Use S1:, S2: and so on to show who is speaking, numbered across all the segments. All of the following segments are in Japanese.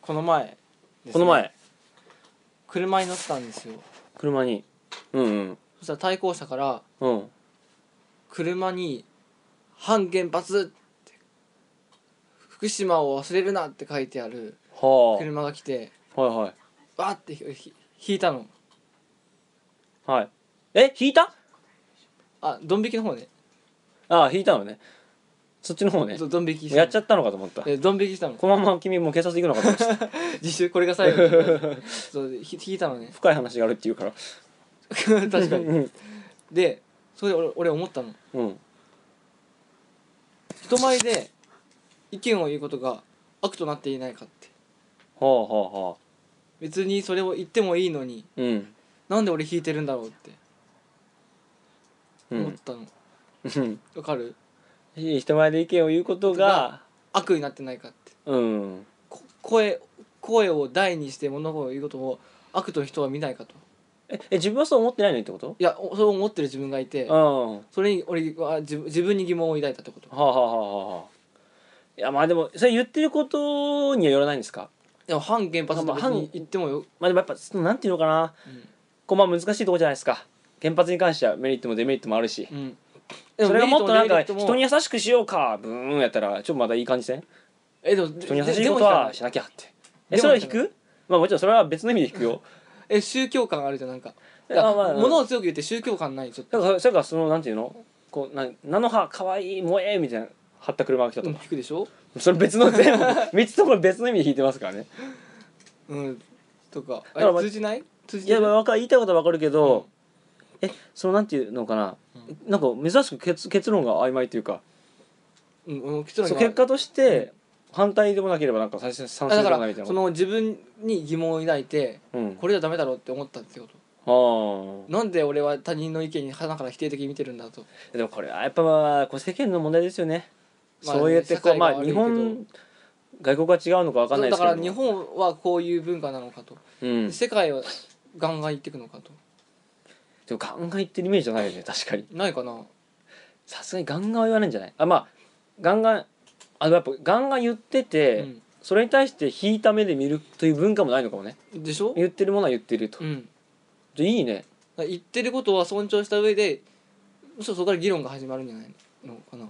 S1: この前ですね
S2: この前
S1: 車に乗ってたんですよ
S2: 車にうんうん
S1: そしたら対向車から
S2: うん
S1: 車に「反原発」って福島を忘れるなって書いてある
S2: は
S1: 車が来て
S2: あはいはい
S1: わーってひひ引いたの
S2: はいえ引いた
S1: あドン引きの方ね
S2: ああ引いたのねそっちの方ね
S1: そうドン引き
S2: やっちゃ
S1: っ
S2: ったのかと思った
S1: たドン引きしたの
S2: このまま君もう警察行くのかと思 った
S1: 実習これが最後に そうひ引いたのね
S2: 深い話があるって言うから
S1: 確かに
S2: うん
S1: でそれで俺俺思ったの
S2: うん
S1: 人前で意見を言うことが悪となっていないかって
S2: はあはあはあ
S1: 別にそれを言ってもいいのに
S2: うん
S1: なんで俺弾いてるんだろうって
S2: う
S1: 思っ
S2: ん
S1: たのわ、
S2: うん
S1: かる
S2: 人前で意見を言うことが
S1: 悪になってないかって
S2: うん
S1: こ声声を大にして物事を言うことを悪と人は見ないかと
S2: ええ自分はそう思ってないのにってこと
S1: いやおそう思ってる自分がいて
S2: うんは
S1: それに俺は自分自分に疑問を抱いたってことい
S2: あはあはあはあいやまあでもそれ言ってることにはよらないんですか
S1: や反原発とか別に言ってもよ、
S2: まあでもやっぱそのなんていうのかなこうまあ難しいとこじゃないですか原発に関してはメリットもデメリットもあるし
S1: うんうん、
S2: それがもっとなんか
S1: でも
S2: 人に優しくしようかブーンやったらちょっとまだいい感じせん
S1: メリットもえでも
S2: 人
S1: 人
S2: に優しいことはしなきゃってえそれは引
S1: でも
S2: くまあもちろんそれは別の意味で引くよ
S1: え宗教感あるじゃんなんか
S2: あまあ
S1: ものを強く言って宗教感ないちょっと
S2: だからそれからそのなんていうのこうな菜の葉かわいい萌えみたいな貼った車が来たと
S1: うん
S2: か、
S1: 聞くでしょ
S2: それ別の全部3つとも別の意味で引いてますからね
S1: うんとか
S2: だからま
S1: え通じない通じ
S2: い
S1: て
S2: や
S1: る
S2: まあわかる言いたいことはわかるけど、えそのなんていうのかな、なんか珍しく結結論が曖昧というか
S1: うんうん結論
S2: そう
S1: が
S2: 結果として反対でもなければなんか賛成賛
S1: あだ
S2: 成で
S1: か
S2: もないみ
S1: ら
S2: たいな
S1: その自分に疑問を抱いて
S2: うん、
S1: これじゃダメだろうって思ったってこと
S2: あ
S1: なんで俺は他人の意見に鼻から否定的に見てるんだと
S2: あでもこれはやっぱまあこう世間の問題ですよね、
S1: まあ
S2: そうやってこう
S1: 社会
S2: ま
S1: が
S2: あ
S1: 悪い
S2: 日
S1: けど
S2: 本外国は違うのかわかんないで
S1: だ
S2: す
S1: か
S2: けど
S1: ら日本はこういう文化なのかと、
S2: うん
S1: 世界はガンガンいってくのかと
S2: でもガンガン言ってるイメージじゃないよね確かに
S1: ないかな
S2: さすがにガンガンは言わないんじゃないあまあガンガンあやっぱガンガン言ってて、
S1: う
S2: それに対して引いた目で見るという文化もないのかもね
S1: んでしょ
S2: 言ってるものは言ってると、
S1: うん
S2: じゃあいいね
S1: だから言ってることは尊重した上でむしろそこから議論が始まるんじゃないのかな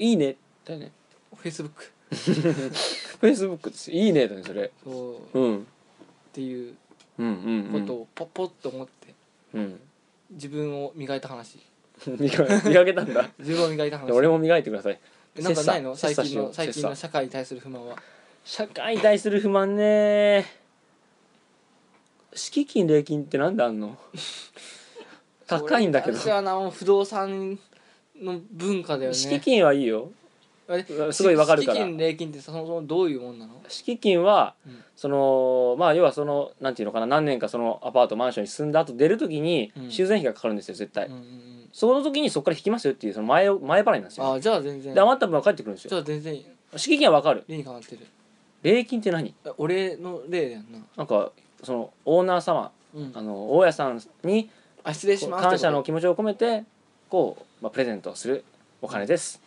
S1: い
S2: いねだよね
S1: フェイスブック
S2: フェイスブックですいいねだねそれ、
S1: そうっ
S2: うん、うん
S1: ていう
S2: うんう
S1: こ
S2: ん
S1: とをポッポッと思って
S2: うん
S1: 自分を磨いた話
S2: 磨磨けたんだ
S1: 自分を磨いた話
S2: 俺も磨いてください
S1: えなんかないの
S2: 切磋
S1: 最近
S2: 切磋しよ
S1: の
S2: う
S1: 最近の
S2: 切
S1: 社会に対する不満は
S2: 社会に対する不満ね敷金礼金ってなんであ んの高いんだけど
S1: 私はなもう不動産の文化だよね
S2: 敷金はいいよ
S1: あれ
S2: すごいわかるから
S1: 敷金礼金ってそもそもどういうもんなの
S2: 敷金は、
S1: うん
S2: そのまあ要はそのなんていうのかな何年かそのアパートマンションに住んだ後出る時に
S1: うん
S2: 修繕費がかかるんですよ絶対、
S1: うんうんうん
S2: その時にそこから引きますよっていうその前を前払いなんですよ
S1: あじゃあ全然
S2: で
S1: じゃ
S2: 余った分は返ってくるんですよ
S1: あ全然
S2: 敷金はわかる
S1: 理にかなってる
S2: 礼金って何
S1: あ俺の例だよな
S2: なんかそのオーナー様
S1: うん
S2: あの大家さんに
S1: あ失礼
S2: こ
S1: し
S2: う
S1: ます
S2: 感謝の気持ちを込めてこう、まあ、プレゼントをするお金です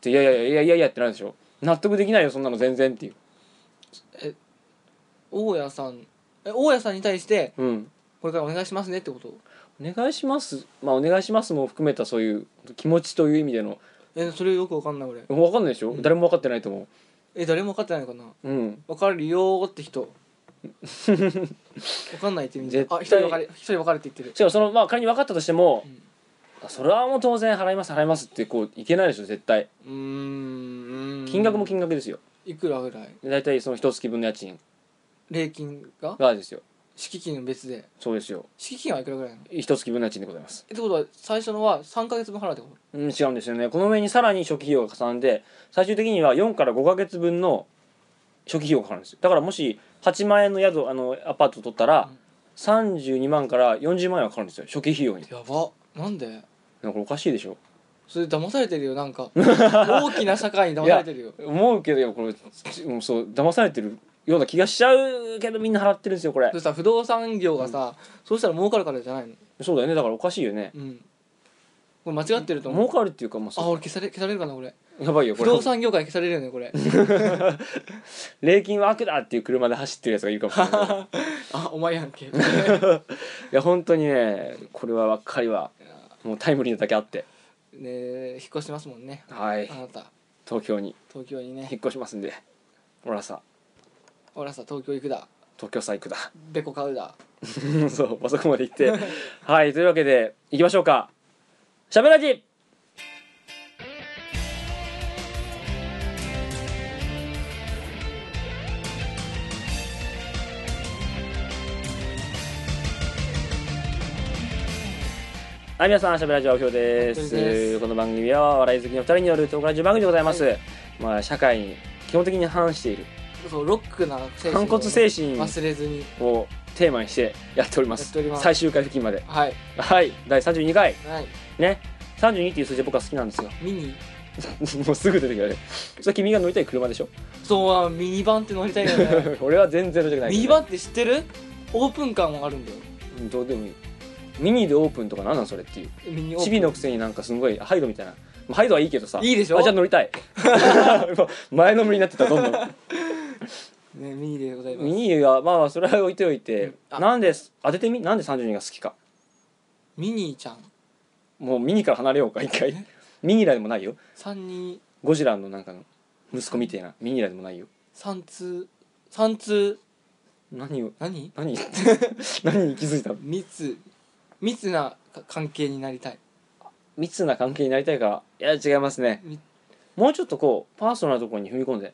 S2: っていやいやいやいやいやってなるでしょ納得できないよそんなの全然っていう
S1: 大家さんえ大家さんに対して
S2: うん
S1: これからお願いしますねってこと
S2: お願いしますまあお願いしますも含めたそういう気持ちという意味での
S1: えそれよくわかんない俺
S2: 分かんないでしょ、
S1: うん
S2: 誰も分かってないと思
S1: え誰も分かってないのかな
S2: ううん
S1: 分かるよーって 人分かんないってみんな
S2: 絶対
S1: あ一人分かれ一人分かれって言ってる
S2: しかもそのまあ仮に分かったとしても
S1: うん、
S2: あそれはもう当然払います払いますってこういけないでしょ絶対
S1: うーん
S2: 金額も金額ですよ
S1: いくらぐらい
S2: で大体その一月分の家賃
S1: 礼金が
S2: がですよ
S1: 敷金の別で
S2: そうですよ
S1: 敷金はいくらぐらいなの
S2: 一月分の家賃でございます
S1: えってことは最初のは3か月分払うってこ
S2: うん、違うんですよねこの上にさらに初期費用が重なんで最終的には4から5ヶ月分の初期費用がかかるんですよだからもし8万円の宿あのアパート取ったら
S1: うん
S2: 32万から40万円はかかるんですよ初期費用に
S1: とやばなんで
S2: なんかおかしいでしょ
S1: それ騙されてるよなん か大きな社会に騙されてるよ
S2: 思うけどこれちもうそう騙されてるような気がしちゃうけどみんな払ってるんですよこれ
S1: そしたら不動産業がさ、そうしたら儲かるからじゃないの
S2: そうだよねだからおかしいよね
S1: うんこれ間違ってると思う
S2: 儲かるっていうかもう
S1: あ
S2: そう
S1: 俺消され消されるかな俺
S2: やばいよこ
S1: 不
S2: れ
S1: 動産業界消されるよねこれ
S2: 礼金は悪だっていう車で走ってるやつがいるかもしれない
S1: あお前やん け
S2: いや本当にねこれはばっかりはもうタイムリーなだけあって
S1: ね引っ越しますもんね
S2: はい
S1: あなた
S2: 東京に
S1: 東京にね
S2: 引っ越しますんで俺はさ
S1: 俺らさ東京行くだ
S2: 東京サイクだ
S1: ベコ買うだ
S2: そうあそこまで行って はいというわけで行きましょうかしゃべらじはい皆さんしゃべらじはおひょうです
S1: おひょうです
S2: この番組は笑い好きの二人によるトークラジオ番組でございます、
S1: は
S2: まあ社会に基本的に反している
S1: そうロックな精神
S2: 反骨精神
S1: 忘れずに
S2: をテーマにしてやっておりま
S1: やっ
S2: す
S1: ております
S2: 最終回付近まで
S1: はい
S2: はい第32回
S1: はい
S2: ね32っていう数字僕は好きなんですよ
S1: ミニ
S2: もうすぐ出てくるねそれ君が乗りたい車でしょ
S1: そうはミニバンって乗りたいよ ね
S2: 俺は全然乗りたくないけどね、
S1: ミニバンって知ってるオープン感もあるんだよ
S2: うんどうでもいいミニでオープンとか何なんそれっていう
S1: ミニオープン
S2: チビのくせになんかすごいハイドみたいなまあハイドはいいけどさ
S1: いいでしょ
S2: あじゃあ乗 りたい前のめりになってたどんどん
S1: ねミニでございます
S2: ミニはまあそれは置いておい
S1: う
S2: て、
S1: んあ
S2: なんで当ててみなんで32が好きか
S1: ミニーちゃん
S2: もうミニから離れようか一回ミニラでもないよ
S1: 323
S2: ゴジラのなんかの息子みてえなミニラでもないよ
S1: 通3通
S2: 何を
S1: 何
S2: 何 何に気づいたの
S1: 密密なか関係になりたい
S2: 密な関係になりたいかいや違いますね
S1: み
S2: もうちょっとこうパーソナルなところに踏み込んで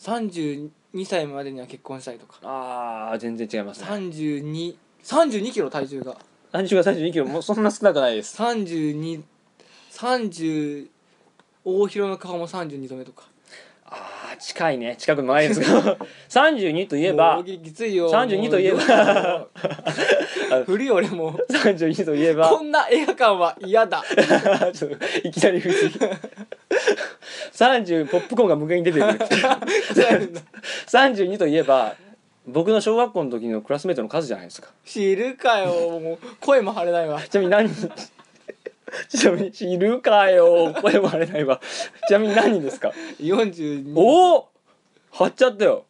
S1: 32歳までには結婚したいとか
S2: あー全然違いますね
S1: 32 32キロ体重が
S2: 何十が32キロもうそんな少なくないです
S1: 3230大広の顔も32度目とか
S2: あー近いね近くもないですが 32といえば
S1: もう大喜利きついよ
S2: 32といえば
S1: ば 古い俺もう
S2: 32といえば
S1: こんな映画館は嫌 だ
S2: ちょっといきなり不思議30ポップコーンが無限に出てくる 32といえば僕の小学校の時のクラスメートの数じゃないですか
S1: 知るかよもう声も張れないわ
S2: ちなみに何人ちなみに知るかよ声もあれないわちなみに何人ですか
S1: 42
S2: おお貼っちゃったよ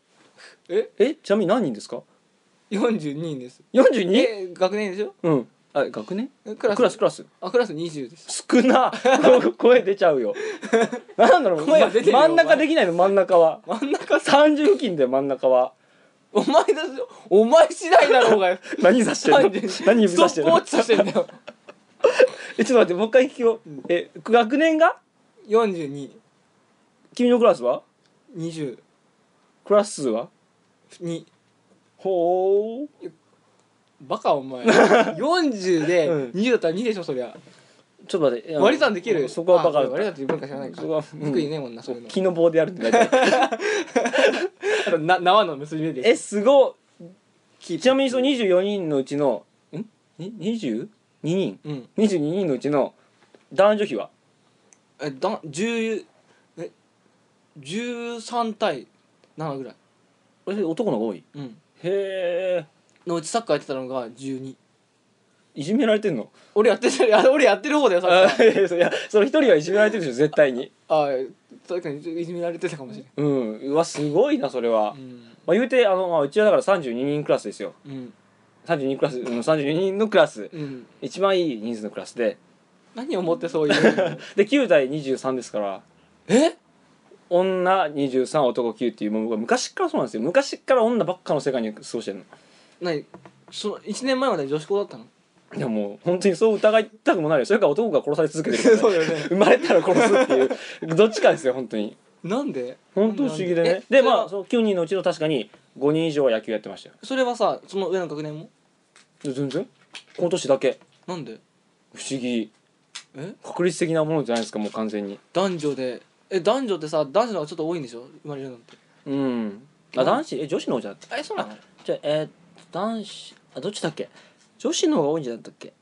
S1: え
S2: えちなみに何人ですか
S1: 42人です
S2: 42?
S1: え学年でしょ
S2: うんあ学年
S1: クラス
S2: クラスクラス
S1: あクラス20です
S2: 少な声出ちゃうよなんだろう
S1: 声が出てるよ
S2: ま真ん中できないの真ん中は
S1: 真ん中
S2: 30付近で真ん中は
S1: お前だぞお前次第だろうが よ
S2: 何指してんの
S1: 30
S2: 何指
S1: スト
S2: さして
S1: ッ
S2: ん
S1: プウォ
S2: の
S1: ッチさしてんだよ
S2: えちょっと待ってもう一回聞くよえ学年が
S1: 4220
S2: 君のクラスはクラス数は
S1: に
S2: ほう
S1: バカお 前40で
S2: うん
S1: 20だったら2でしょそりゃ
S2: ちょっと待って
S1: 割り算できる
S2: そこはバカ
S1: あそ
S2: だっ
S1: う割り
S2: た
S1: 算っていう文化知らないか
S2: そこはうん
S1: 福井ねもんなそういうの
S2: 木の棒でやるって大体
S1: あとな縄の結び目で
S2: えすご
S1: キー
S2: い
S1: プ
S2: ちなみにその24人のうちのんに22人
S1: うん
S2: 22人のうちの男女比は
S1: えだ10え13対7ぐらい
S2: これ男の方が多い
S1: うん
S2: へえ
S1: のうちサッカーやってたのが12
S2: いじめられてんの
S1: 俺やってるあ俺やってる方だよサッ
S2: あ
S1: カー
S2: いやいやその一人はいじめられてるでしょ絶対に
S1: あ確かにいじめられてたかもしれない
S2: うんうわすごいなそれは、
S1: うん
S2: まあ、言うてあの、まあ、うちはだから32人クラスですよ
S1: うん
S2: 32クラス、うん、32人のクラス
S1: うん
S2: 一番いい人数のクラスで
S1: 何をもってそういう
S2: で9対23ですから
S1: え
S2: 女23男9っていうもう僕は昔からそうなんですよ昔から女ばっかの世界に過ごしてるの
S1: 何その1年前まで女子校だった の
S2: いやもう本当にそう疑いたくもないよそれから男が殺され続けてる から、ね、
S1: うだよね
S2: 生まれたら殺すっていうど っちかですよ本当に
S1: なんで
S2: 本当不思議でね
S1: え
S2: で
S1: それは
S2: まあその9人のうちの確かに5人以上は野球やってましたよ
S1: それはさその上の学年も
S2: で全然この年だけ
S1: なんで
S2: 不思議
S1: え
S2: 確率的なものじゃないですかもう完全に
S1: 男女でえ男女ってさ男子の方がちょっと多いんでしょ生まれるのって
S2: うんあ男子え女子の方じゃなかっ
S1: えそうなの
S2: たじゃあえーっと男子あどっちだっけ女子の方が多いんじゃなかったっけ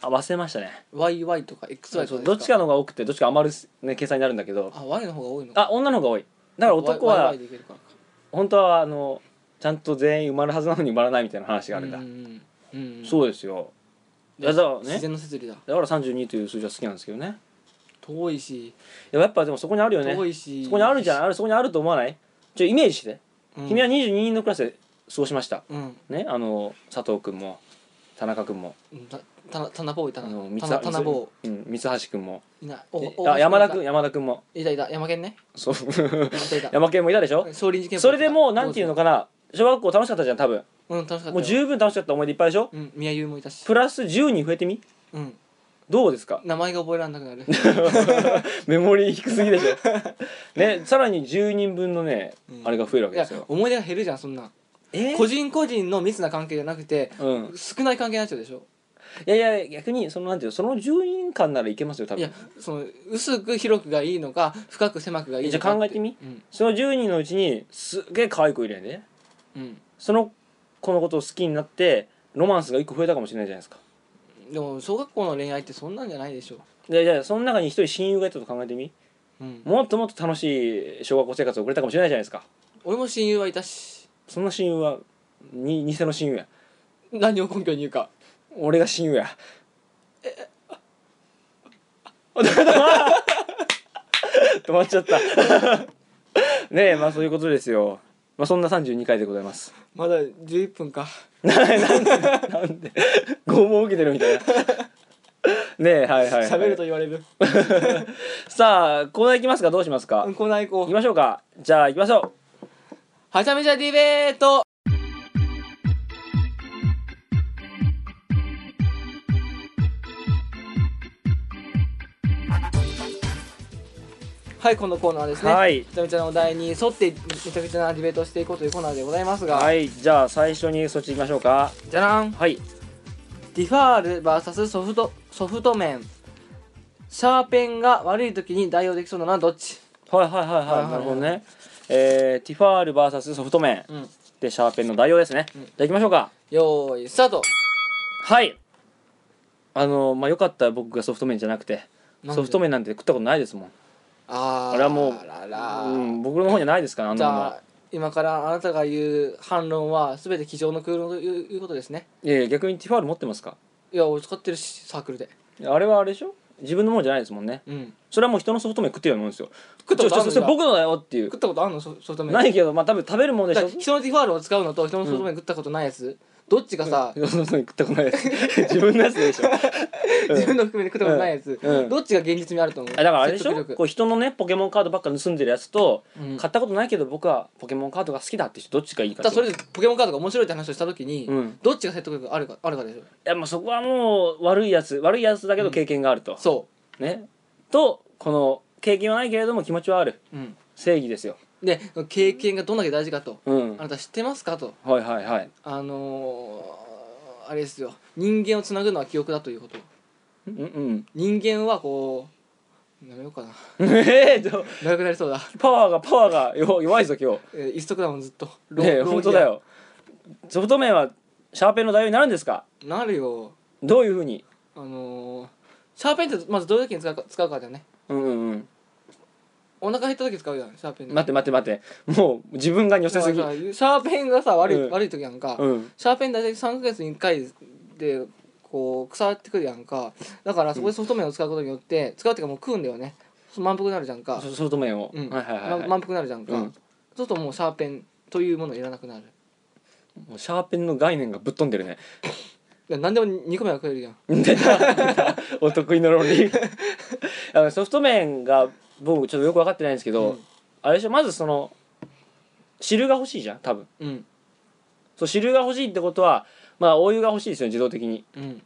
S2: あ忘れましたね
S1: YY とか XY と
S2: そう
S1: か
S2: どっち
S1: か
S2: かの方が多くてどっちか余る、ね、計算になるんだけど
S1: あ Y の方が多いの
S2: あ女の方が多いだから男は
S1: YY でいけるからか
S2: 本当はあのちゃんと全員埋まるはずなのに埋まらないみたいな話があるんだ、
S1: うんうんうん
S2: そうですよいやだから
S1: 自
S2: ね
S1: 然の摂理だ
S2: だから32という数字は好きなんですけどね
S1: 遠いし
S2: でもやっぱでもそこにあるよね
S1: 遠いし
S2: そこにあるじゃんあるそこにあると思わないちょイメージして、
S1: うん
S2: 君は22人のクラスで過ごしました
S1: うん
S2: ねあの佐藤君も田中君も
S1: うんたたたなぼういた
S2: あ
S1: な
S2: の
S1: たなたなぼ
S2: うん三橋君も
S1: ういない
S2: えあ山田君
S1: い
S2: 山田君も
S1: たいた山県ね
S2: そう
S1: いたいた
S2: 山県もいたでしょ
S1: 少林寺拳法
S2: それでもうなんていうのかな小学校楽しかったじゃん多分
S1: うん楽しかったよ
S2: もう十分楽しかった思い出いっぱいでしょ
S1: うん宮優もいたし
S2: プラス10人増えてみ
S1: うん
S2: どうですか
S1: 名前が覚えられなくなる
S2: メモリー低すぎでしょ ねさらに10人分のね
S1: うん
S2: あれが増えるわ
S1: い
S2: けで
S1: や
S2: すよ
S1: 思い出が減るじゃんそんな
S2: え
S1: 個人個人の密な関係じゃなくて
S2: うん
S1: 少ない関係になっちゃうでしょ
S2: いやいや逆にそのなんていうのその10人間ならいけますよ多
S1: いや
S2: 分
S1: その薄く広くがいいのか深く狭くがいいのか
S2: じゃあ考えてみ
S1: うん
S2: その10人のうちにすっげえ可愛い子いるやんね
S1: うん
S2: その子のことを好きになってロマンスが1個増えたかもしれないじゃないですか
S1: でも小学校の恋愛ってそんなんじゃないでしょ
S2: いやいやその中に1人親友がいたと考えてみ
S1: うん
S2: もっともっと楽しい小学校生活を送れたかもしれないじゃないですか
S1: 俺も親友はいたし
S2: そんな親友はに偽の親友や
S1: 何を根拠に言うか
S2: 俺が親友やえ止まっちゃったねえまあそういうことですよまあそんな32回でございます
S1: まだ11分か
S2: なんで拷問を受けてるみたいなねえはいはい、はい、
S1: 喋ると言われる
S2: さあコーナー行きますかどうしますか、
S1: う
S2: 行
S1: んコーナー行こ
S2: き
S1: う
S2: ましょうかじゃあ行きましょ
S1: はちゃめちゃディベートはいこのコーナーです
S2: う、
S1: ね、
S2: はい
S1: めちゃめちゃなお題に沿ってめちゃくちゃなディベートをしていこうというコーナーでございますが、
S2: はいじゃあ最初にそっち行きましょうか
S1: じゃらん
S2: はい
S1: ディファール VS ソフトソフト面シャーペンが悪い時に代用できそうなのはどっち
S2: はいはいはい
S1: はい
S2: はいなるほどねえー、ティファール VS ソフト面
S1: うん
S2: でシャーペンの代用ですね、
S1: うん
S2: じゃあ行きましょうか
S1: よーいスタート
S2: はいあのまあよかったら僕がソフト面じゃなくて
S1: なんで
S2: ソフト面なんて食ったことないですもん
S1: あー
S2: あれはもう
S1: らら
S2: うん、僕の方じゃないですからあん
S1: じ
S2: なもの
S1: ゃ
S2: は
S1: あ今からあなたが言う反論は全て机上の空論といういうことですね
S2: いやいや逆にティファール持ってますか
S1: いや俺使ってるしサークルで
S2: あれはあれでしょ自分のものじゃないですもんね
S1: うん
S2: それはもう人のソフト麺食ってるようなもんですよ
S1: 食ったことある
S2: ちょ
S1: ん
S2: ちょそ
S1: だ
S2: れ僕のだよっていう
S1: 食ったことあるのソソフト面
S2: ないけどまあ多分食べるもんで
S1: だ
S2: し
S1: か
S2: ょ
S1: ら人のディファールを使うのと人のソフト面食ったことないやつ、どっちがさ、
S2: 人のソフト麺食ったことないや つ自分のやつで しょうん
S1: 自分の含めて食ったことないやつ、
S2: うん
S1: どっちが現実味あると思う
S2: あだからあれでし
S1: 説
S2: ょ
S1: 得力
S2: こう人のねポケモンカードばっか盗んでるやつと、
S1: うん
S2: 買ったことないけど僕はポケモンカードが好きだって人どっちがいいか
S1: だから
S2: と
S1: それでポケモンカードが面白いって話をした時に、
S2: うん
S1: どっちが説得力あるかあるかでしょ
S2: いやもうそこはもう悪いやつ悪いやつだけど経験があると、
S1: そ
S2: ねとこの経験はないけれども気持ちはある
S1: う、うん、
S2: 正義ですよ
S1: で経験がどんだけ大事かと
S2: うん
S1: あ
S2: はい
S1: なた知ってますかと
S2: はいはい
S1: あのー、あれですよ人間をつなぐのは記憶だということ
S2: うんうん
S1: 人間はこうやめようかな
S2: えーと
S1: 長くなりそうだ、
S2: パワーがパワーが弱弱いぞ今日
S1: えー一足だもんずっとロ
S2: ねえ
S1: ロー
S2: 本当だよソフト面はシャーペンの代用になるんですか
S1: なるよ
S2: どういうふうに
S1: あのー、シャーペンってまずどういう時に使うか使うかだよね
S2: うんうんうん
S1: お腹減った時使うじゃんシャーペン
S2: 待って待って待ってもう自分が寄せすぎ
S1: まあシャーペンがさ悪い,、
S2: うん
S1: 悪い時やんか、
S2: うん
S1: シャーペン大体3ヶ月に1回でこう腐ってくるやんかだからそこでソフト麺を使うことによって、使うっていうかもう食うんだよねそう満腹になるじゃんか
S2: ソ、ソフト面を、
S1: うん
S2: はいはいはい、はい
S1: ま満腹になるじゃんか、
S2: うん
S1: そうするともうシャーペンというものいらなくなる
S2: もうシャーペンの概念がぶっ飛んでるね
S1: いや何でも2個目は食えるじゃん
S2: 出た出た お得意の論理あのソフト面が僕ちょっとよく分かってないんですけど、
S1: うん
S2: あれでしょまずその汁が欲しいじゃん多分
S1: うん
S2: そう汁が欲しいってことはまあお湯が欲しいですよね自動的に
S1: うん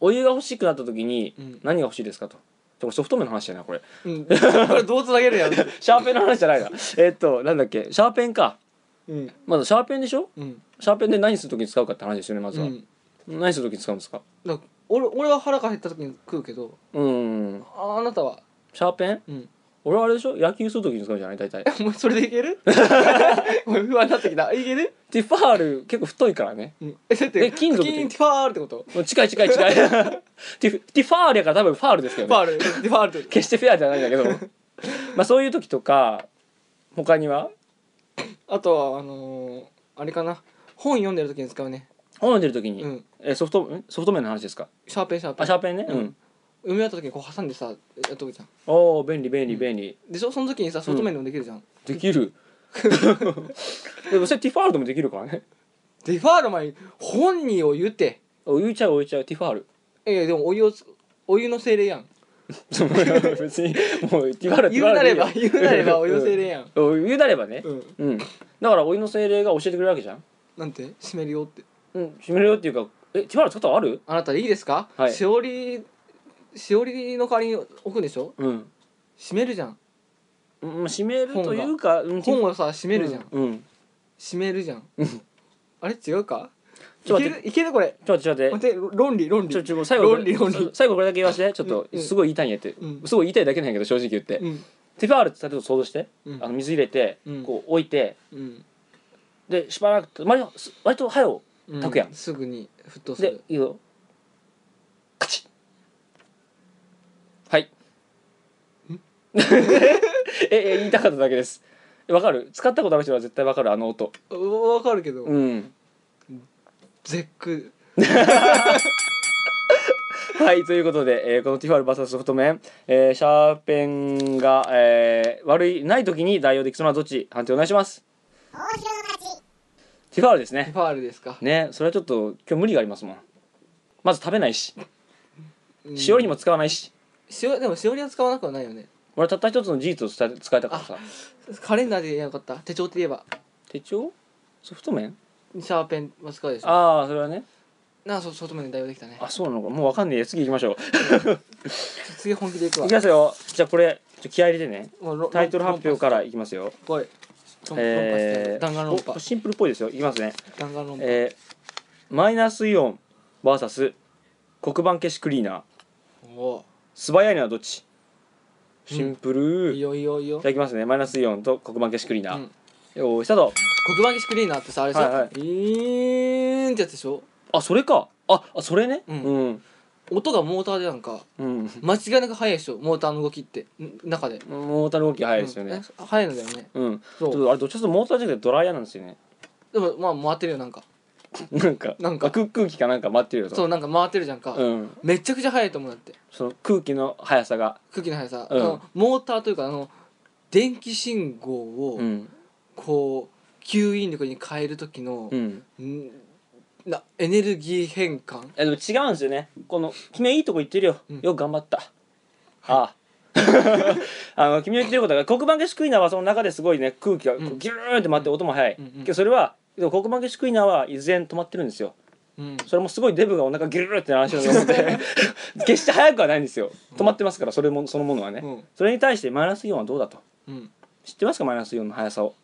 S2: お湯が欲しくなった時に
S1: うん
S2: 何が欲しいですかとでもソフト面の話じゃないこれ
S1: うん、これどうつなげるや ん
S2: シャーペンの話じゃないな えっとなんだっけシャーペンか
S1: うん
S2: まずシャーペンでしょ
S1: うん
S2: シャーペンで何する時に使うかって話ですよねまず
S1: う
S2: は、
S1: ん
S2: 何する時に使うんですか
S1: だから俺俺は腹が減った時に食うけど
S2: うん
S1: ああなたは
S2: シャーペン
S1: うん
S2: 俺はあれでしょ野球する時に使うじゃない大体
S1: お前それでい けるお前不安になってきたいける、
S2: ティファール結構太いからね
S1: うん、えだって
S2: え金属って
S1: キーンってファールってこと
S2: もう近い近い近い ティフティファールやから多分ファールですけど
S1: フ
S2: ね
S1: ァールでファールってこと
S2: 決してフェアじゃないんだけどまあそういう時とか他には
S1: あとはあのー、あれかな本読んでる時に使うね
S2: 本読んでる時に、
S1: うん
S2: えソフトんソフト面の話ですか
S1: シャーペンシャーペ
S2: あ
S1: ン
S2: シャーペンねうん、
S1: 埋め終わった時にこう挟んでさやっとくじゃん
S2: おお便利便利便利、
S1: でしょその時にさソフト面でもできるじゃん、
S2: できるでもそれティファールでもできるからね
S1: デファール前に本人を言って
S2: お湯ちゃうお湯ちゃうティファール
S1: えやでもお湯をつお湯の精霊やん
S2: その別にもうティファールテ
S1: 言
S2: ィフ
S1: う
S2: ァール
S1: な
S2: でい
S1: れ
S2: い
S1: ば
S2: よ
S1: 言うなればお湯の精霊やん、
S2: お湯なればね
S1: うん、
S2: うんだからお湯の精霊が教えてくれるわけじゃん
S1: なんて湿るよって
S2: うん閉めるよっていうかえティファール使ったことある
S1: あなたいいですか、
S2: はい
S1: しおりしおりの代わりに置くんでしょ
S2: うん
S1: 湿るじゃん
S2: うん閉めるというかうん
S1: 本をさ湿
S2: ティ
S1: るじゃん、
S2: うん、うん
S1: 湿るじゃんあれ違うか
S2: ちょっ
S1: い
S2: と
S1: け
S2: 待っ
S1: るいけるこれ
S2: ちょっと待って
S1: 待って論理論理
S2: ちょちょ最後こ
S1: 論理
S2: れ
S1: 論理
S2: 最後これだけ言わせてちょっと
S1: うん
S2: すごい言いたいんやって、
S1: うん
S2: すごい言いたいだけなんやけど正直言って、
S1: うん
S2: ティファールって例えば想像して、
S1: うん
S2: あの水入れて、
S1: うん
S2: こう置いて
S1: うん
S2: でしばらく割と割と早う
S1: う
S2: 炊くやん
S1: すぐに沸騰す
S2: で
S1: る
S2: いいよカチッはい ええ言いたかっただけですわかる使ったことある人は絶対わかるあの音
S1: わわかるけど、
S2: うん
S1: 絶句
S2: はいということで、えーこのティファール VS ソフト面、えーシャーペンが、えー悪いない時に代用できそうなどっち判定お願いしますティファールですね
S1: ファールですか、
S2: ねそれはちょっと今日無理がありますもんまず食べないし
S1: うん
S2: しおりにも使わないし
S1: しおでもしおりは使わなくはないよね
S2: 俺たった一つの事実を伝え使えたからさ
S1: カレンダーで言えばよかった手帳って言えば
S2: 手帳ソフト面
S1: シャーペンは使うでしょ
S2: ああそれはね
S1: なあそ外面で代用できたね
S2: あそうなのかもうわかんねえや次行きましょう
S1: 次本気でいく
S2: 行
S1: わ
S2: きますよじゃあこれちょ気合い入れてね
S1: もうロ
S2: タイトル発表からいきますよ
S1: ロンパスっぽい
S2: えー
S1: 弾丸論破
S2: おシンプルっぽいですよいきますね
S1: 弾丸論破
S2: えーマイナスイオン VS 黒板消しクリーナー
S1: お
S2: 素早いのはどっちシンプル、
S1: おいい
S2: い
S1: よいいよいいよ
S2: ただきますねマイナスイオンと黒板消しクリーナ
S1: う
S2: ー、
S1: ん
S2: よーいスタート
S1: 黒板消しクリーナーってさあれ
S2: はいは
S1: さ
S2: い
S1: いーんってやつでしょ
S2: あそれかああそれね
S1: う
S2: うんんうん、
S1: 音がモーターでなんか間違いなく速いでしょモーターの動きってん中で
S2: モーターの動き早いですよ
S1: うん
S2: ね
S1: え速いのだよね
S2: うん、ちょ
S1: そ
S2: っ
S1: う
S2: とあれどっちかというとモーターじゃなくてドライヤーなんですよね
S1: でもまあ回ってるよなんか
S2: なんか
S1: なんか
S2: あ空空気かなんか待ってるよと
S1: そうなんか回ってるじゃんか
S2: うん、
S1: めちゃくちゃ速いと思うんだって
S2: その空気の速さが、
S1: 空気の速さ、
S2: うん
S1: あのモーターというかあの電気信号を
S2: うん
S1: こう吸引力に変える時の
S2: う、ん、
S1: んなエネルギー変換
S2: えでも違うんですよねこの「君はいいとこ行ってるよ、
S1: うん
S2: よく頑張った」ああ あの君の言ってることが黒板消しクイナーはその中ですごいね空気がこ
S1: う
S2: うんギューンって回って音も速い、
S1: うんうん
S2: けどそれはでも黒板消しクイナーは依然止まってるんですよ
S1: うん
S2: それもすごいデブがお腹ギュルルって鳴らしてるのを思って 決して速くはないんですよ止まってますからそれもそのものはね、
S1: うん
S2: それに対してマイナスイオンはどうだと
S1: うん
S2: 知ってますかマイナスイオンの速さを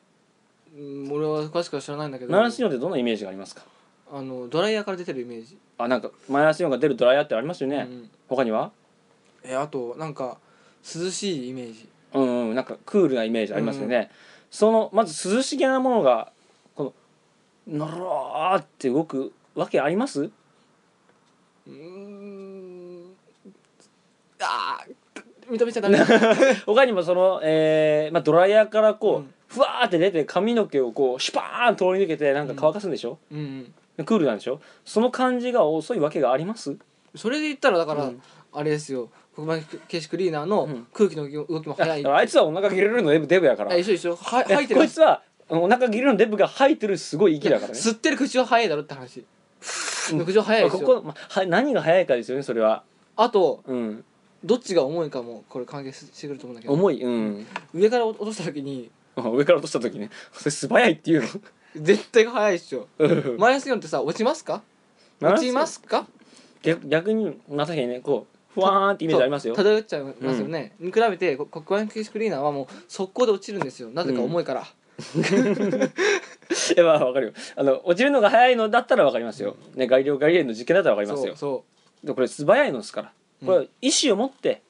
S1: うん俺は詳しくは知らないんだけど
S2: マイナスイオンってどんなイメージがありますか
S1: あのドライヤーから出てるイメージ、
S2: あなんかマイナスイオンが出るドライヤーってありますよね、
S1: うん、
S2: 他には
S1: えあとなんか涼しいイメージ
S2: うんうんなんかクールなイメージありますよね、そのまず涼しげなものがこののろーって動くわけあります
S1: うーんあー認めちゃダ メだ
S2: 他にもその、えーまあ、ドライヤーからこう、
S1: うん
S2: ふわーって出て髪の毛をこうシュパーン通り抜けてなんか乾かすんでしょ、
S1: うんうん
S2: クールなんでしょその感じが遅いわけがあります
S1: それで言ったらだから、
S2: うん
S1: あれですよ黒板消しクリーナー
S2: う
S1: の
S2: ん
S1: 空気の動きも
S2: だ
S1: 速い、
S2: からあいつはお腹ギルルのデブデブやから
S1: あ一緒一緒は吐いてる
S2: こいつはお腹ギルルのデブが吐いてるすごい息だからね
S1: 吸ってる口は早いだろって話
S2: うん
S1: 口は早いです
S2: こ
S1: よ
S2: こ、まあは何が早いかですよねそれは
S1: あと
S2: うん
S1: どっちが重いかもこれ関係してくると思うんだけど
S2: 重いうん
S1: 上から落とした時に
S2: あ 上から落とした時ねそれ素早いっていうの
S1: 絶対が速いっしょ
S2: うん
S1: マイナス4ってさ落ちますか落ちますか
S2: 逆逆にまあ確かにねこうふわーんってイメージありますよ
S1: そう漂っちゃいますよね、に比べてこ黒板消しクリーナーはもう速攻で落ちるんですよなぜか重いから、
S2: えまあわかるよあの落ちるのが早いのだったらわかりますよ、ね、概量概例の実験だったらわかります
S1: そう
S2: よ
S1: そ
S2: でこれ素早いのですからこれは意思を持って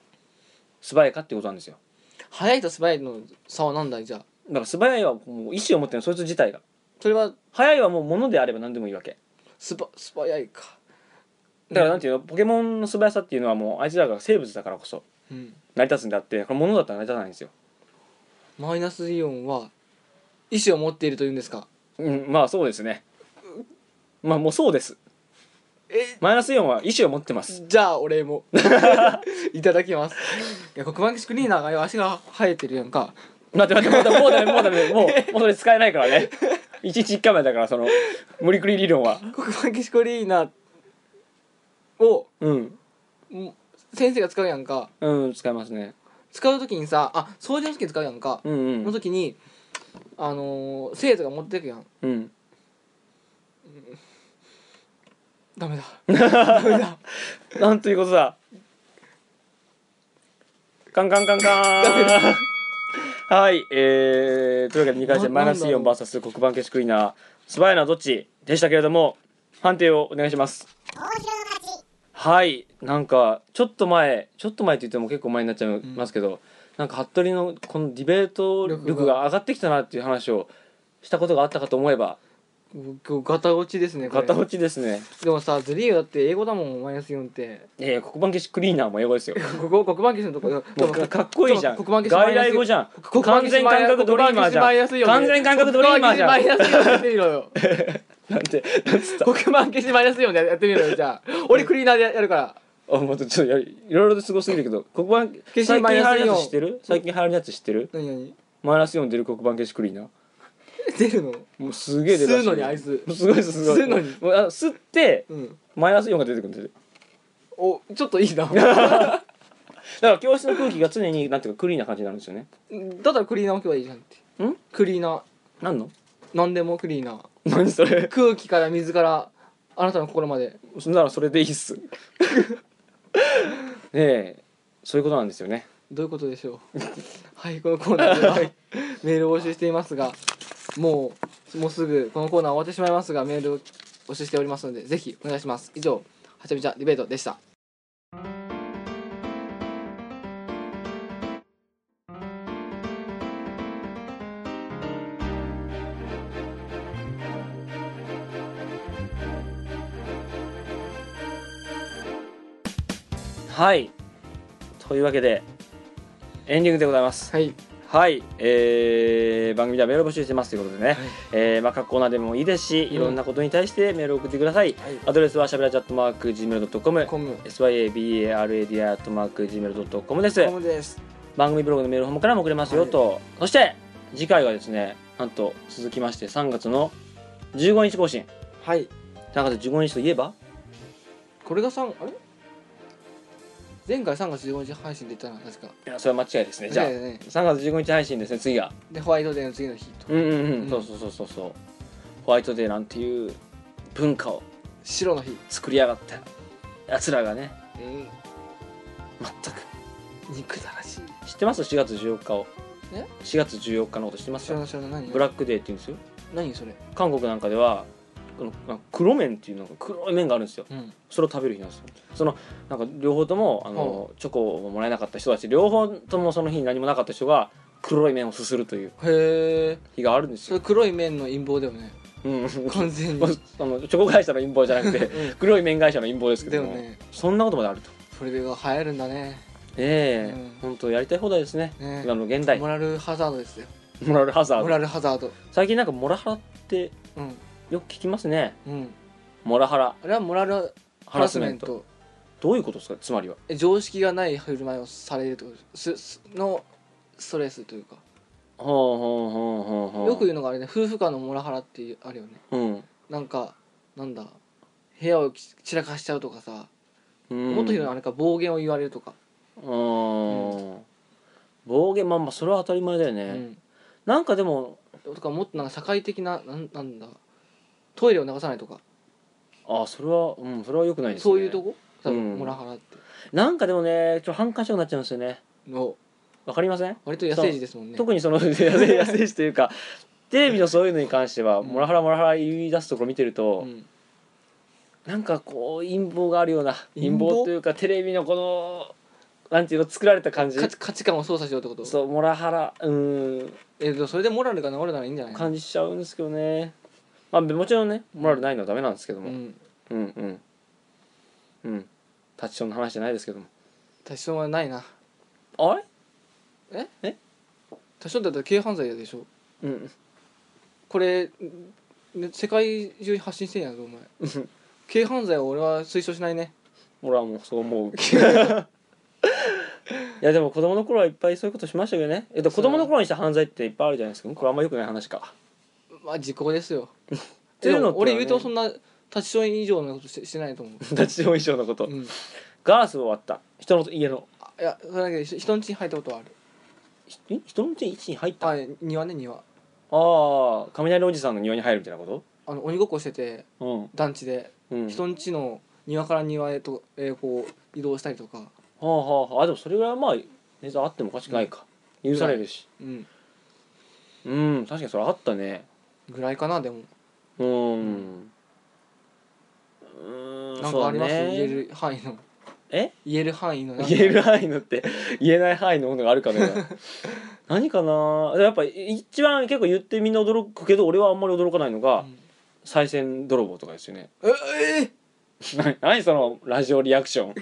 S2: 素早いかってことなんですよ
S1: う速いと素早いの差は何だいじゃあ
S2: だから素早いはもう意思を持ってるのそいつ自体が
S1: それは
S2: 早いはもう物であれば何でもいいわけ
S1: 素ば素早いか
S2: だからなんていうのポケモンの素早さっていうのはもうあいつらが生物だからこそ
S1: うん
S2: 成り立つんであってこれ物だったら成り立たないんですよ
S1: マイナスイオンは意思を持っているというんですか
S2: うんまあそうですねまあもうそうです
S1: え
S2: マイナスイオンは意思を持ってます
S1: じゃあお礼も いただきますいや黒板消しクリーナーがよ足が生えてるやんか
S2: 待って待ってもうもうダメもうダメもうもうそれ使えないからね一日一回までだからその無理くり理論は
S1: 黒板消しクリーナーを
S2: うん
S1: もう先生が使うやんか
S2: うん使えますね
S1: 使う時にさあ掃除の時に使うやんか、
S2: うんう
S1: の
S2: ん
S1: 時にあのー生徒が持ってくやん
S2: うん
S1: ダメだダメだ
S2: なんということだカンカンカンカーンはいえー、というわけで2回戦マ
S1: な
S2: イナスイオン VS 黒板消しクリーナー素早いのはどっちでしたけれども判定をお願いしますはいなんかちょっと前ちょっと前って言っても結構前になっちゃいますけど、なんか服部のこのディベート力が上がってきたなっていう話をしたことがあったかと思えば
S1: 今日ガタ落ちですねこれ
S2: 片落ちですね
S1: でもさズリーだって英語だもんマイナス4って
S2: ええ黒板消しクリーナーも英語ですよ
S1: ここ黒板消しのとこよ
S2: もうかかっこいいじゃん
S1: 黒板消しマ
S2: 外
S1: イナス
S2: 来語じゃん
S1: 黒板
S2: 完
S1: 消し
S2: 全
S1: マイ
S2: 感
S1: ナス
S2: 覚ドリーマーじゃん完全感覚ドリーマーじゃん
S1: 黒板消しマイナス4でやってみろよ
S2: なんて なんつっ た
S1: 黒板消しマイナス4でやってみろよじゃあ俺クリーナーでやるから
S2: あもっとちょっとやいろいろとすごすぎるけど黒板
S1: 消
S2: 最
S1: し
S2: 近
S1: マイ
S2: 流
S1: ナ
S2: 行
S1: ス
S2: る
S1: イオン
S2: やつ知ってる最近流行るやつ知ってる
S1: 何何
S2: マイナス4出る黒板消しクリーナー
S1: 出るの
S2: もうすげえ出るら
S1: 吸う
S2: しい
S1: のにあいつ
S2: すごいですすごい
S1: 吸うのに
S2: もうあ吸って
S1: うん
S2: マイナス4が出てくるんですよ
S1: おちょっといいな
S2: だから教室の空気が常になんていうかクリーンな感じになるんですよね
S1: だったらクリーナー置けばいいじゃんって
S2: ん
S1: クリーナー
S2: なんの
S1: 何でもクリーナー
S2: 何それ
S1: 空気から水からあなたの心まで
S2: そんならそれでいいっす ねえそういうことなんですよね
S1: どういうことでしょ うはいこのコーナーではメールを募集していますがもうもうすぐこのコーナー終わってしまいますがメールを募集しておりますのでぜひお願いします以上はちゃみちゃんディベートでした
S2: はいというわけでエンディングでございます
S1: はい
S2: はい、えー番組ではメールを募集してますということでね、えーまあ、各コーナーでもいいですしいろんなことに対してメールを送ってください、
S1: はい
S2: アドレスはしゃべらチャットマーク Gmail.com
S1: コム
S2: syabaradi アットマーク Gmail.com です
S1: コムです
S2: 番組ブログのメールフォームからも送れますよと、そして次回がですねなんと続きまして3月の15日更新
S1: はい
S2: 3月15日といえば
S1: これが3あれ前回3月15日配信で言ったな確か
S2: いやそれは間違いですねじゃあ、
S1: ねえね
S2: 3月15日配信ですね次が
S1: えでホワイトデーの次の日と
S2: うんうんうん、
S1: うん
S2: そうそうそうそうそうホワイトデーなんていう文化を
S1: 白の日
S2: 作り上がったやつらがね
S1: うん
S2: 全く
S1: 憎たらしい
S2: 知ってます4月14日を
S1: え
S2: 4月14日のこと知ってます
S1: 知ら
S2: か
S1: ない知らない何
S2: ブラックデーって言うんですよ
S1: 何それ
S2: 韓国なんかではこのあ黒麺っていうのが黒い麺があるんですよ
S1: うん
S2: それを食べる日なんですよそのなんか両方ともあの、チョコをもらえなかった人たち両方ともその日に何もなかった人が黒い麺をすするという
S1: へえ
S2: 日があるんです
S1: そ
S2: よ、
S1: れ黒い面の陰謀だよね
S2: うん、
S1: 完全
S2: まあ
S1: に
S2: そのチョコ会社の陰謀じゃなくて
S1: う
S2: 黒い麺会社の陰謀です
S1: ん
S2: け
S1: だ
S2: ど
S1: よ
S2: も、
S1: ね
S2: そんなことまであると
S1: それが流行るんだね
S2: ええ
S1: うん
S2: 本当やりたい放題ですね
S1: ね
S2: 今の現代モ
S1: モラルハザードですよ
S2: ラルハザー
S1: モ
S2: ド
S1: ラルハザード
S2: 最近なんかモラハラって
S1: うん
S2: よく聞きますね
S1: うん
S2: モラハラ
S1: あれはモラル
S2: ハ
S1: ハ
S2: ラ
S1: ラ
S2: ス
S1: ス
S2: メ
S1: メ
S2: ン
S1: ン
S2: ト
S1: ト
S2: どういうことですかつまりは
S1: え常識がない振る舞いをされるってことですすすのストレスというか
S2: ほうほうほうほうほう
S1: よく言うのがあれね夫婦間のモラハラっていうあるよね
S2: うん、うん
S1: なんかなんだ部屋をき散らかしちゃうとかさもっとひどいのはあれか暴言を言われるとか
S2: うん暴言まあまあそれは当たり前だよね、
S1: うん
S2: なんかでも
S1: とかもっとなんか社会的ななんなんだトイレを流さないとか
S2: あそれはうんそれはよくないですね
S1: そういうとこ多分、
S2: うん
S1: モラハラって
S2: なんかでもねちょっと反感したくなっちゃうんですよね
S1: の
S2: わかりません、
S1: 割と野生児ですもんね
S2: 特にその 野生野生児というかテレビのそういうのに関しては、
S1: うん
S2: モラハラモラハラ言い出すところ見てると、
S1: うん
S2: なんかこう陰謀があるような
S1: 陰
S2: 陰
S1: 謀
S2: 謀というかテレビのこのなんていうの作られた感じ
S1: 価値価値観を操作しようってこと
S2: そうモラハラうん
S1: えっとそれでモラルが治るならいいんじゃない
S2: 感じしちゃうんですけどねまあもちろんねモラルないのはダメなんですけど
S1: う
S2: も、
S1: ん
S2: うんうんうんタッチションの話じゃないですけども
S1: 多少はないな
S2: あれ
S1: 多少だったら軽犯罪でしょ
S2: うん
S1: これね世界中に発信してんやぞお前軽犯罪を俺は推奨しないね
S2: 俺はもうそう思う いやでも子供の頃はいっぱいそういうことしましたけどね、えっと、子供の頃にした犯罪っていっぱいあるじゃないですかこれあんまよくない話 か
S1: まあ時効ですよ
S2: て いうのってのはね
S1: でも俺言うとそんな立ち添い以上のことしてしてないと思
S2: 立ち上以上のこと、
S1: う、うん、
S2: ガラスを割った人の家の
S1: あいやそれだけでひ人の家に入ったことはある
S2: ひえ人の家に一に入ったあ
S1: あ庭ね庭
S2: あ雷おじさんの庭に入るみたいなこ
S1: あの鬼ごっこしてて
S2: と
S1: 団地で、
S2: うんうん
S1: 人ん家の庭から庭へと、えーこう移動したりとか、
S2: はあはあはああでもそれぐらいはまあネタあってもおかしくないか、許されるし
S1: うん、
S2: うん確かにそれあったね
S1: ぐらいかなでも
S2: うんうん
S1: なんかあります、
S2: そうだね
S1: 言える範囲の
S2: え
S1: 言える範囲のなんか
S2: 言える範囲のって言えない範囲のものがあるかね 何かなやっぱ一番結構言ってみんな驚くけど俺はあんまり驚かないの
S1: う
S2: が
S1: ん
S2: 再選泥棒とかですよね
S1: ええ
S2: な何そのラジオリアクシ ョン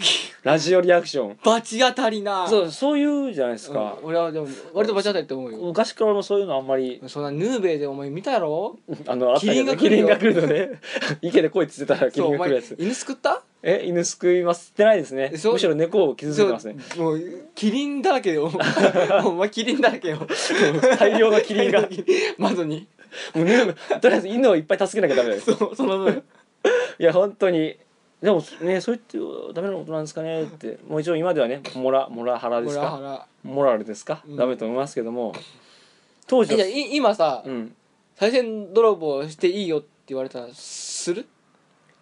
S2: ラジオリアクション
S1: 罰当たりな
S2: そううそういうじゃないですか
S1: ん、俺はでも割と罰当たりって思うよ
S2: 昔から俺もそういうのあんまり
S1: そんなヌーベイでお前見たやろ
S2: あのあったけどキ
S1: キ
S2: リ
S1: リ
S2: ン
S1: ン
S2: が
S1: が
S2: 来るのね 池で来いっつってたらキ
S1: そ
S2: リ
S1: う
S2: ン
S1: お
S2: が来る
S1: 前
S2: やつ
S1: 犬救った
S2: え犬救いますってないですね
S1: そう
S2: むしろ猫を傷つけてますね
S1: そうもうキリンだらけよお前キリンだらけよ
S2: 大量のキ リンが
S1: 窓に
S2: もうヌーベとりあえず犬をいっぱい助けなきゃダメだよ
S1: そうその分
S2: いや本当にでもねそう言ってダメなことなんですかねってもう一応今ではねモラモラハラです
S1: 俺は
S2: か
S1: 腹
S2: モラルですか、
S1: うん
S2: ダメと思いますけども当時
S1: えじゃ
S2: は
S1: あい今さ、
S2: うん
S1: 再選泥棒していいよって言われたらする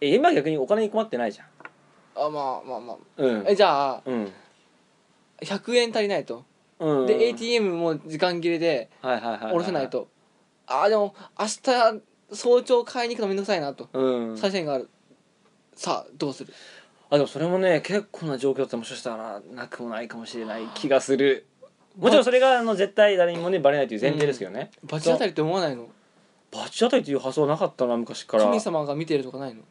S2: え今逆にお金に困ってないじゃん
S1: あまあまあまあ
S2: うん
S1: えじゃあ
S2: うん
S1: 100円足りないと、
S2: うん
S1: で ATM も時間切れで
S2: はいはいはいは
S1: 下ろせないと、ああでも明日早朝買いに行くのめんどくさいなと
S2: うん
S1: 再選があるさあどうする
S2: あでもそれもね結構な状況だってもしかしたらなくもないかもしれない気がするもちろんそれがあの絶対誰にもねバレないという前提ですけどね、
S1: 罰当たりって思わないの
S2: バチ当たりという発想はなかったな昔から
S1: 神様が見てるとかないの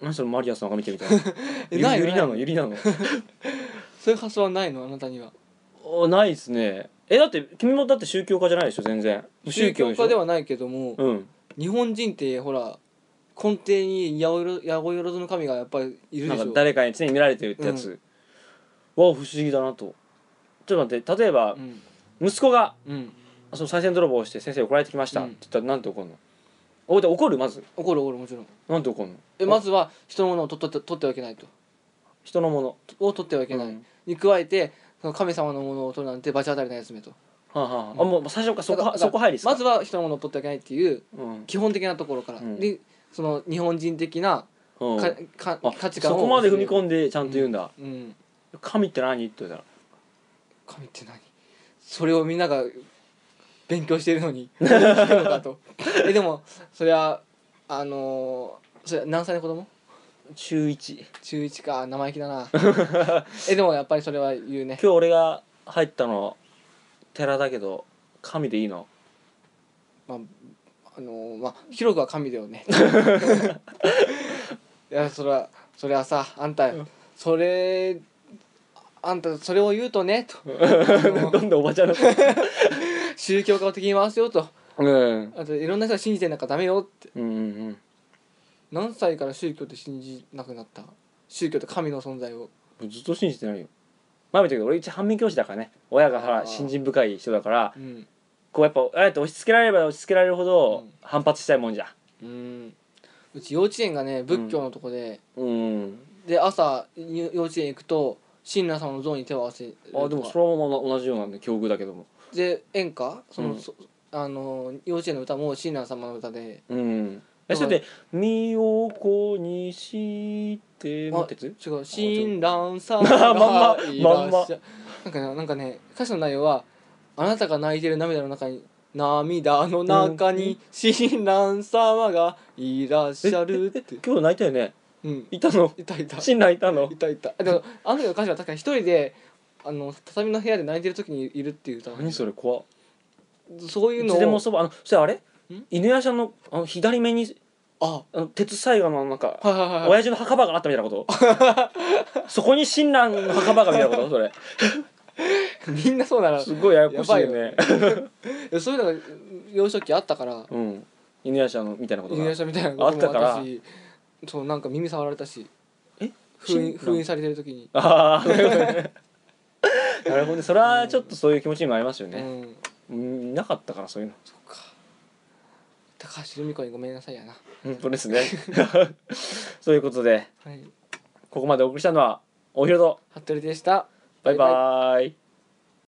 S2: 何それマリアさんが見てるみたいな
S1: え
S2: ゆ
S1: ない
S2: ゆりなの
S1: ない
S2: ゆりなの
S1: そういう発想はないのあなたには
S2: おないですねえだって君もだって宗教家じゃないでしょ全然
S1: 宗教
S2: しょ
S1: 家ではないけども、
S2: うん
S1: 日本人ってほら根底に八百万の神がやっぱりいる
S2: な
S1: でし
S2: んか
S1: ょ
S2: 誰かに常に見られてるってやつ、
S1: う
S2: わあ不思議だなとちょっと待って例えば
S1: うん
S2: 息子が
S1: うん
S2: その再選泥棒をして先生怒られてきました、
S1: うん
S2: って言ったらなんて怒るのおで怒るまず
S1: 怒る怒るもちろん
S2: なんて怒るの
S1: えまずは人のものを取っと取ってはいけないと
S2: 人のもの
S1: を取ってはいけない、
S2: うん
S1: に加えてその神様のものを取るなんて罰当たりなやつめと
S2: はあはあ、あもう最初からそこ
S1: だから
S2: そこ入りっすか
S1: まずは人のものを取ってはいけないっていう
S2: うん
S1: 基本的なところから、
S2: うん
S1: でその日本人的な
S2: うん
S1: か、か
S2: あ
S1: 価値観
S2: そ
S1: を
S2: こまで踏み込んでちゃんと言うんだ、
S1: うん
S2: 神って何って言ったら
S1: 神って何それをみんなが勉強しているの に何を聞くのかとえでもそれはあのーそれは何歳の子供
S2: 中1今
S1: 中1か生意気だ なえでもやっぱりそれは言うね
S2: 日俺が入ったの寺だけど神でいいの
S1: まああのーまあ広くは神だよ ねいやそれはそれはさあんたそれあんたそれを言うとねとあ
S2: ど
S1: の
S2: んどんおばちゃんの
S1: 宗教家を敵に回すよと
S2: うん
S1: あといろんな人が信じてんだからダメよって
S2: うんうん
S1: 何歳から宗教って信じなくなった宗教って神の存在を
S2: うんずっと信じてないよ前も言ったけど俺一応反面教師だからね親がほ
S1: あ
S2: ら
S1: ー
S2: 信心深い人だから
S1: うん
S2: こうやっぱああやって押し付けられれば押し付けられるほど
S1: うん
S2: 反発したいもんじゃ
S1: うんうち幼稚園がね仏教のとこで、
S2: うん
S1: で朝に幼稚園行くと親鸞様の像に手を合わせるとか
S2: あでもそれはもう同じようなんで境遇だけども
S1: で演歌その、
S2: うん
S1: そあの幼稚園の歌も親鸞様の歌で
S2: うんえそれで「身を粉にして」のってやつ
S1: 違う「親鸞様
S2: まんま
S1: がい
S2: まん
S1: ら
S2: ま
S1: っしゃ」なんかねなんかね歌詞の内容は「あなたが泣いてる涙の中に涙の中に親鸞様がいらっしゃる」って
S2: 今日泣いたよね
S1: うん
S2: いたの
S1: いたいた
S2: 信いたの
S1: いたいたあでもあの時の歌詞は確かに一人であの畳の部屋で泣いてる時にいるっていう歌なんだ
S2: 何
S1: けど
S2: それ怖っ
S1: そういう
S2: い
S1: の
S2: つでもそばあのそれあれ
S1: ん
S2: 犬屋さんのあの左目に
S1: あ
S2: あの鉄彩画のなんか
S1: はいはいはいはい
S2: 親父の墓場があったみたいなこと そこに親鸞の墓場がみたいなことそれ
S1: みんなそうなら
S2: すごいややこしいよ
S1: や
S2: ね
S1: そういうのが幼少期あったから
S2: うん犬屋舎のみたいなこと
S1: 犬
S2: が
S1: 夜叉みたいなこともあったしそうなんか耳触られたし
S2: え
S1: 封
S2: 死ん
S1: 印
S2: だ
S1: 封印されてる時に、
S2: あ あなるほどねそれはちょっとそういう気持ちにもありますよ
S1: う
S2: ね、
S1: ん
S2: うんなかったからそういうの
S1: そっか高橋留美子にごめんなさいやな
S2: 本当ですね そういうことで
S1: はい
S2: ここまでお送りしたのはおひろと
S1: 服部でした
S2: バイバイ